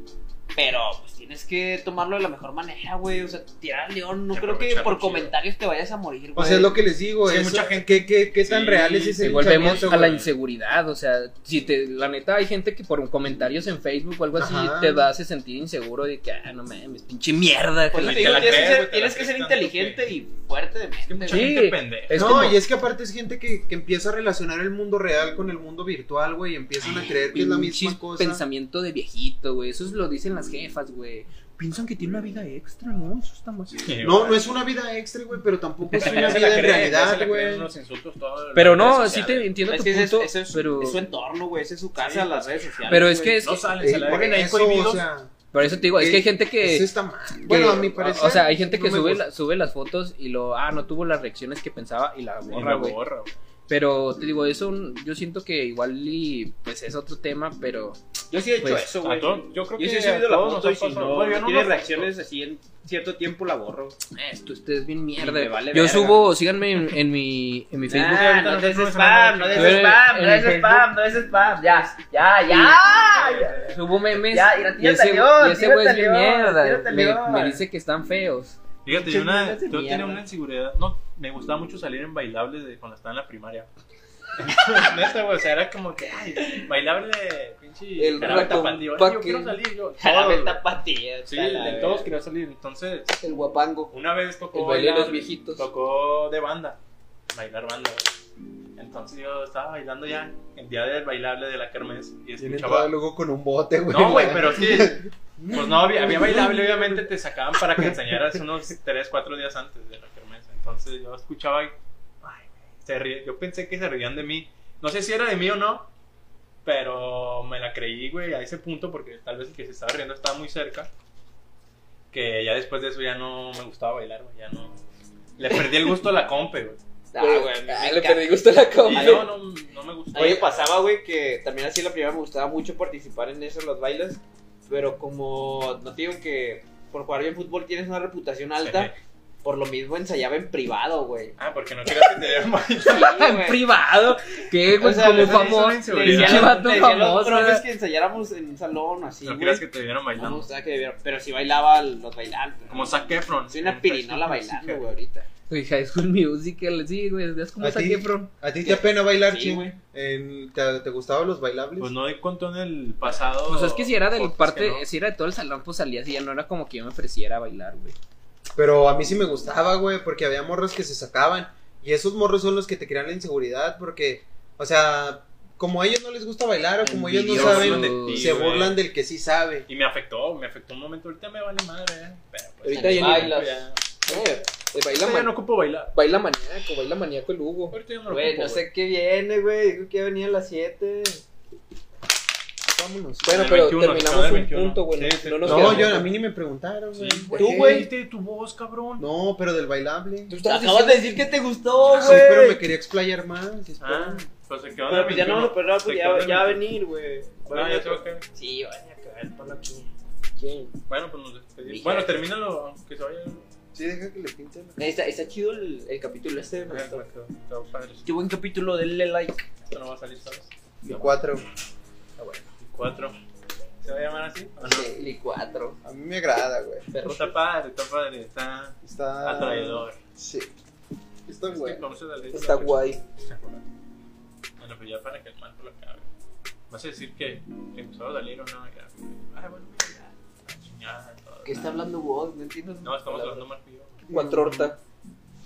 Pero pues tienes que tomarlo de la mejor manera, güey. O sea, tirar al león. No
Y
creo que
aprovecharlo
por
chido.
comentarios te vayas a morir, güey.
o sea, Pues, es lo que les digo,
Sí,
es
mucha
mucha
gente-
gente qué qué, qué tan
Sí,
real es ese
Y volvemos
linchamiento,
a la
güey?
inseguridad, o sea, si te, la neta hay gente que por comentarios en Facebook o algo así
Ajá.
te hace sentir inseguro de que, ah, no mames, pinche mierda.
Por eso
que la-
te
Y te
digo,
la
tienes,
crees,
que
güey,
ser,
te la
tienes que
crees
ser
tanto
inteligente y fuerte de
Que
mente.
mucha
Sí.
gente pendeja.
Es
no,
como-
y es que aparte es gente que, que empieza a relacionar el mundo real con el mundo virtual, güey, y empiezan a creer que es la
pinches
misma cosa.
pensamiento de viejito, güey, eso es lo dicen las jefas, güey.
Piensan que tiene una vida extra, ¿no? Eso está más.
Sí,
No,
güey.
no es una vida extra, güey, pero tampoco es
También
una
se la
vida en
creen, se la
realidad,
creen
güey.
unos insultos todas las
Pero
redes
no, sí
sociales.
te entiendo
Es
tu
que ese es-
punto,
ese es-
pero,
es su entorno, güey. Ese es su casa,
Sí.
las redes sociales.
pero es
güey.
que es
No
que-
salen,
Eh,
se la
por
viven ahí
eso,
cohibidos.
o sea,
Pero eso te digo,
Eh,
es que hay gente que...
Eso está mal.
que-
Bueno, a mi parecer.
O sea, hay gente
no
que
me
sube,
gusta.
la- sube las fotos y lo... Ah, no tuvo las reacciones que pensaba y la borra, güey.
borra, güey.
Pero te digo, eso un- yo siento que igual y pues es otro tema, pero
Yo sí he hecho
Pues,
eso,
A
güey.
todo- Yo
Yo
creo que
sí he subido la
todos
foto y
nos ha
si
pasado.
no,
Bueno, yo
no
no
tiene
lo-
reacciones así en cierto tiempo la borro.
esto ustedes bien
Y me
mierda.
vale
yo
verga.
subo, síganme en, en mi en mi Facebook.
Nah,
ahorita
no
no
des
subes nada,
spam, no
Tú
des
eres-
spam, no
en
des
Facebook.
spam, no des spam. Ya, ya, ya. ya.
Subo Pues memes.
Ya, y la tía
ese,
salió,
y ese
tía
güey es bien
salió,
mierda.
tía salió.
Me, me dice que están feos.
Fíjate, yo, una,
Muchas
yo tenía
mierda.
una inseguridad. No, me gustaba mucho salir en bailables de cuando estaba en la primaria. Neta, güey, o sea, era como que, ay, bailable, pinche.
El
carabel
rato-
tapatío. Ay,
pa'
Yo quiero
que-
salir, yo.
Carabel
todos,
tapatía.
Sí,
está la
de
verga.
todos quería salir. Entonces,
El guapango.
una vez tocó.
El baile de
bailar-
los viejitos.
Tocó de banda. Bailar banda. güey. Entonces yo estaba bailando ya el día del bailable de la kermés y
Tiene entrada
escuchaba.
luego con un bote, güey.
No, güey, pero sí. Pues no, había, había bailable, obviamente te sacaban para que enseñaras unos 3, 4 días antes de la kermés. Entonces yo escuchaba y. Ay, se ríe. Yo pensé que se reían de mí. No sé si era de mí o no, pero me la creí, güey, a ese punto, porque tal vez el que se estaba riendo estaba muy cerca. Que ya después de eso ya no me gustaba bailar, güey, ya no. Le perdí el gusto a la compe, güey.
Ah, güey, me
Ah,
encanta.
le perdí gusto a la
Y
compa.
no, no, no me gustó.
A mí me pasaba, güey, que también así la primera me gustaba mucho participar en eso, en los bailes, pero como no te digo que por jugar bien fútbol tienes una reputación alta, por lo mismo ensayaba en privado, güey.
Ah, porque no querías que te dieran baile.
Sí,
En
güey.
privado. Que
O
güey,
sea,
como
les-
les
famoso.
hizo
Le decía a
pinche
los-
vato
le decía a los
famoso, ¿eh?
profes
¿verdad?
que ensayáramos en un salón o así,
No
güey.
querías que te vieran
No me
bailando.
gustaba que viera- pero si bailaba los bailantes.
Como Zac Efron.
Soy una
En
pirinola
High School
bailando,
Musical.
güey, ahorita.
Güey, High School Musical, sí, güey, es como
¿A ti?
Saquefron.
¿A ti te apena bailar,
Sí,
ching?
güey.
En- ¿Te, te gustaban los bailables?
Pues no de contó en el pasado.
O sea, pues es que si era del
podcast
parte,
que no.
si era de todo el salón, pues salía así, ya no era como que yo me ofreciera a bailar, güey.
Pero a mí sí me gustaba, güey, porque había morros que se sacaban. Y esos morros son los que te crean la inseguridad, porque, o sea, como a ellos no les gusta bailar o como ellos no
Envidiosos.
saben,
de ti,
se
güey.
burlan del que sí sabe.
Y me afectó, me afectó un momento. Ahorita me vale madre, eh. Pero pues.
Ahorita ya
ya
ni-
bailo, ya.
Eh, baila,
Ahorita ya no ocupo bailar.
baila maníaco, baila maníaco el Hugo.
Ahorita ya no lo
Güey,
ocupo,
no sé qué viene, güey. Dijo que iba a venir a las 7.
Vámonos.
Bueno,
El
pero
21,
terminamos
el
un
21.
punto, güey.
Sí, sí.
no nos
No,
quedamos.
yo, a mí ni me preguntaron,
Sí,
güey.
güey.
Tú, güey.
Te- Tu voz, cabrón.
No, pero del bailable.
Tú estabas
Acabas de
diciendo-
decir que te gustó, güey.
Sí, pero me quería explayar más.
Ah,
espera.
pues se quedó en
Pero
el
pues ya no
21.
vamos a perder,
Se
pues
quedó
ya,
en el
ya va a
21.
venir, güey.
No, ya se va a quedar.
Sí, va a cagar el palo aquí.
¿Quién?
Bueno, pues nos despedimos.
Dije-
Bueno, termínalo, aunque se vaya.
Sí, deja que le pinten.
Está, está chido el, el capítulo este, me gustó.
Está padre.
Qué buen capítulo, denle like.
Esto no va a salir, ¿sabes? Ah,
Y cuatro.
Cuatro. ¿Se va a llamar así?
Ah,
¿O no?
Y cuatro.
A mí me agrada, güey.
Perro.
Está padre, está padre, está
Ah,
Está.
atraidor.
Sí. Está
Es que
güey.
conoces la letra,
Está
güey.
guay.
Bueno, pues ya para que el mal lo acabe. Vas a decir que te gustaba salir o no. Ya. Ay, bueno, ya. La chingada, todo.
¿Qué está hablando vos? No entiendo.
No, estamos hablando más que yo.
Cuatro horta.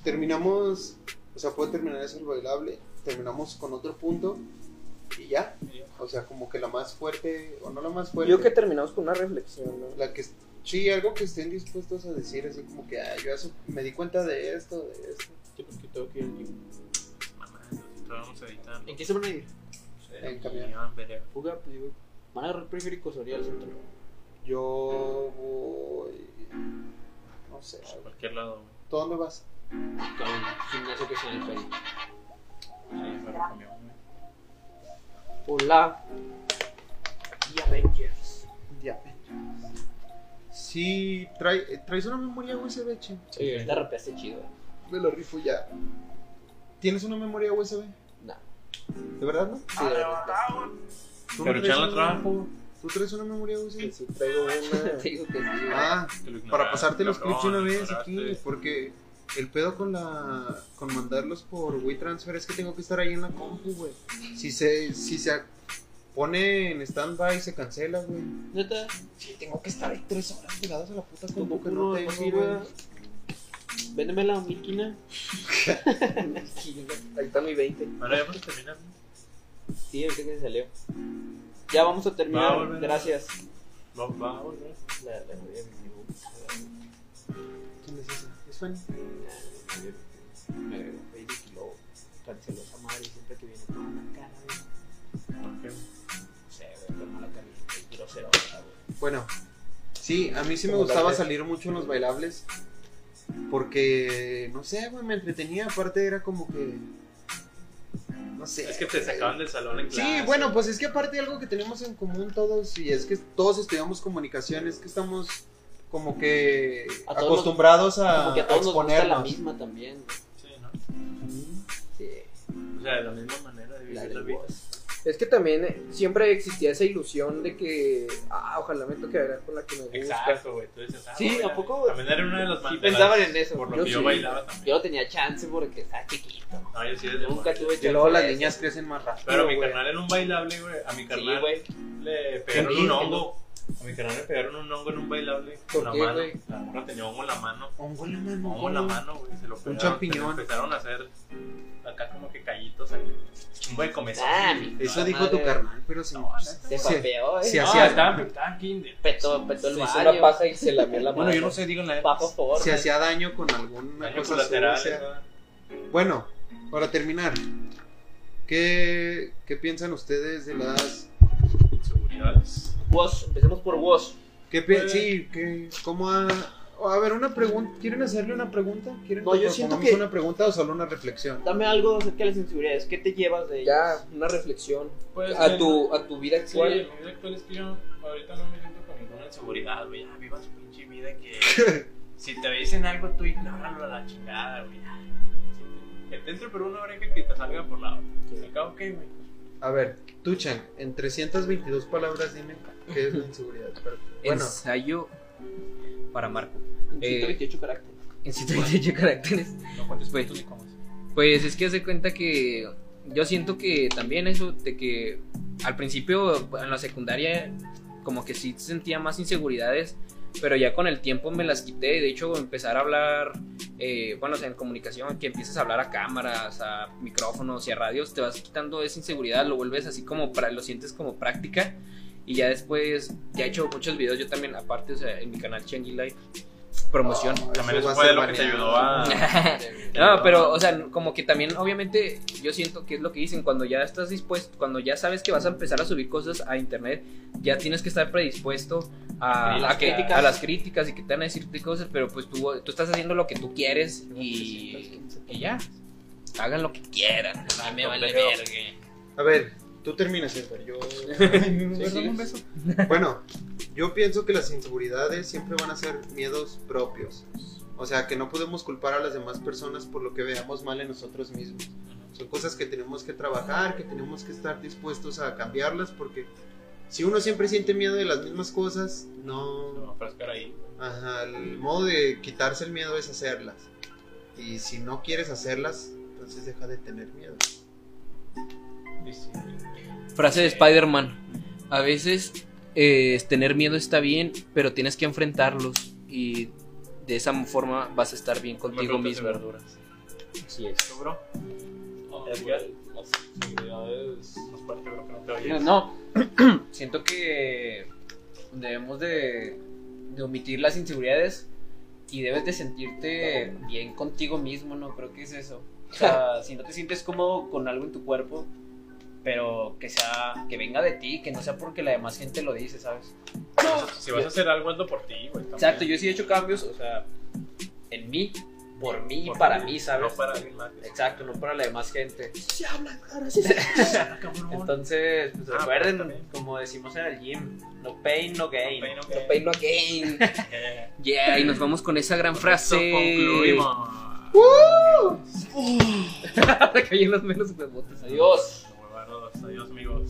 Terminamos. O sea, puedo terminar eso el bailable. Terminamos con otro punto. Y ya.
Ya.
O sea, como que la más fuerte. O no la más fuerte.
Yo que terminamos con una reflexión, ¿no?
La que. Sí, algo que estén dispuestos a decir. Así como que. Ah, yo eso, me di cuenta de esto, de esto.
Yo porque tengo que ir al gym.
Mamá, nosotros vamos a editar.
¿En qué se van a ir?
En camión.
veré.
Fuga, pues digo. Van a agarrar periféricos ahorita al centro.
Yo voy. No sé.
A cualquier lado. güey.
¿Tú dónde vas?
Con el gimnasio que sea en el ferry.
Ahí me lo cambió, güey.
Hola. Y Avengers.
Sí, trae, eh, traes una memoria USB, che.
Sí, esta rapeaste chido. eh.
Me lo rifo ya. ¿Tienes una memoria USB?
No.
¿De verdad no?
Sí, la
¿Tú
Pero
no traes
echan la
una-
trapo.
¿Tú traes una memoria
Que
USB?
sí traigo
neta.
una.
Te digo que sí. güey.
Ah,
Te lo ignoraste,
para pasarte los
cabrón,
clips de una
lo
vez
ignoraste.
aquí, porque el pedo con la con mandarlos por WeTransfer es que tengo que estar ahí en la compu, güey. Si se si se pone en standby se cancela, güey.
Neta.
Sí, tengo que estar ahí tres horas pegados a la puta compu
Como
que no tengo, güey.
Véndeme la miquina.
Ahí está mi 20.
Bueno, ya vamos a terminar.
Sí, ahorita que se salió. Ya vamos a
Va a
terminar.
volver.
Gracias.
Va, va, volver.
La, la voy a meter.
¿Quién es ese? ¿Es Fanny?
Me agregó Facebook y luego canceló esa madre y siempre que viene con una cara de.
Ok.
No sé, güey, con mala cara y grosero, güey.
Bueno, Sí, a mí sí me gustaba salir mucho en los bailables. Porque, no sé, güey, me entretenía. Aparte era como que. No sé.
Es que te sacaban del salón en clase.
Sí, bueno, pues es que aparte algo que tenemos en común todos, y es que todos estudiamos comunicación, es que estamos como que
A todos
acostumbrados a,
Como que a
a
todos nos gusta la
exponernos.
misma también. güey.
Sí, ¿no?
Sí,
O sea, de la misma manera de
la
vivir la
del
vida.
voz.
Es que también eh, siempre existía esa ilusión de que, ah, ojalá me toque bailar con la que me gusta.
Exacto, güey. tú dices, ah,
Sí,
güey,
¿a
la-
poco?
También era una de las
Sí
más.
pensaban en eso.
Por lo
yo,
que yo
sí.
bailaba también.
Yo no tenía chance porque estaba chiquito.
No, yo sí desde
Nunca
morro.
Pues
tuve chance.
Y luego las
de
niñas
eso.
crecen más rápido.
Pero mi
güey.
carnal en un bailable, güey. A mi
Sí,
carnal
güey.
le pegaron un
También,
hongo. A mi carnal le pegaron un hongo en un bailable.
¿Por
con la
qué,
mano.
güey?
La morra tenía hongo en la mano.
Un gol en la mano,
Hongo en la
güey.
mano, güey. Se lo pegaron.
champiñón.
se le Empezaron a hacer acá como que callitos. acá. Un buen comezón.
Ah, mi
Eso
Ah,
dijo
madre.
tu carnal, pero sí.
No, neta.
Se
Sí.
papeó, eh.
Sí,
No,
así hacía-
estaban estaban kinder.
Petó, petó el
Se hizo
barrio.
una paja y se lamió la mano.
Bueno, yo no sé, digan la
Bajo favor.
se
güey.
hacía daño con alguna
Daño
cosa. así, o sea.
colateral.
Bueno, para terminar, ¿qué, qué piensan ustedes de las...
Inseguridades.
Woz, empecemos por Woz.
qué pi-
Pues-
sí, qué, ¿cómo ha- A ver, una pregunta. ¿Quieren hacerle una pregunta? ¿Quieren
No,
que
yo siento
propongamos
que-
una pregunta o solo una reflexión?
Dame algo acerca de las inseguridades. ¿Qué te llevas de ellas?
Ya, una reflexión
Pues,
a
eh,
tu, a tu vida
Sí, mi
actual.
vida actual es que yo ahorita no me siento con ninguna inseguridad, güey. Ya viva su pinche vida que. si te dicen algo, tú ignóralo a la chingada, güey. ya. Si te- Que te entre por una oreja que te salga por la otra. Se acaba, ok, güey.
A ver, Tuchan, en 322 palabras dime qué es la inseguridad. Pero, bueno,
Ensayo para Marco.
En
Eh,
128 caracteres.
En 128 caracteres.
No cuentes
Güey.
puntos ni comas.
Pues es que hace cuenta que yo siento que también eso de que al principio en la secundaria como que sí sentía más inseguridades, pero ya con el tiempo me las quité. De hecho, empezar a hablar, eh, bueno, o sea, en comunicación, que empiezas a hablar a cámaras, a micrófonos y a radios, te vas quitando esa inseguridad, lo vuelves así como, pra- lo sientes como práctica. Y ya después, ya he hecho muchos videos yo también, aparte, o sea, en mi canal Changi Life, promoción.
También
va
eso
a
fue
ser
lo que te
baneado.
ayudó a.
No, pero, o sea, como que también, obviamente, yo siento que es lo que dicen, cuando ya estás dispuesto, cuando ya sabes que vas a empezar a subir cosas a internet, ya tienes que estar predispuesto a,
Y
a
las
que-
críticas.
a las críticas y que te van a decir cosas, pero pues tú, tú estás haciendo lo que tú quieres y, y ya, hagan lo que quieran, a mí me vale verga.
A ver, tú terminas, Edgar, yo...
Sí, sí.
Bueno, yo pienso que las inseguridades siempre van a ser miedos propios. O sea, que no podemos culpar a las demás personas por lo que veamos mal en nosotros mismos. Son cosas que tenemos que trabajar, que tenemos que estar dispuestos a cambiarlas porque si uno siempre siente miedo de las mismas cosas, no...
No, pero es que era ahí.
Ajá, el modo de quitarse el miedo es hacerlas. Y si no quieres hacerlas, entonces deja de tener miedo.
Sí, sí.
Frase de Spider-Man, a veces eh, tener miedo está bien, pero tienes que enfrentarlos y de esa forma vas a estar bien contigo
Me preguntas de
mismo.
verduras.
Así es.
¿Tú, bro? Edgar, las inseguridades más fuertes, bro, que no te
No,
oyes.
no. siento que debemos de, de omitir las inseguridades y debes de sentirte bien contigo mismo, ¿no? Creo que es eso. O sea, si no te sientes cómodo con algo en tu cuerpo, pero que sea, que venga de ti, que no sea porque la demás gente lo dice, ¿sabes?
Si vas a hacer algo, hazlo por ti, güey. también.
Exacto, yo sí he hecho cambios, o sea, en mí, por mí y
Por
para
ti,
mí, ¿sabes?
No para alguien más.
Exacto, no para la demás gente.
Ah, cabrón.
Entonces, pues
Ah, pues,
recuerden,
también.
como decimos en el gym, no pain, no gain.
No pain, no gain.
Pain no again.
Eh,
Yeah, y nos vamos con esa gran
con
frase.
esto Concluimos.
Uh.
Ahora que hay los menos huevotes.
Adiós.
Huevardos, Adiós, amigos.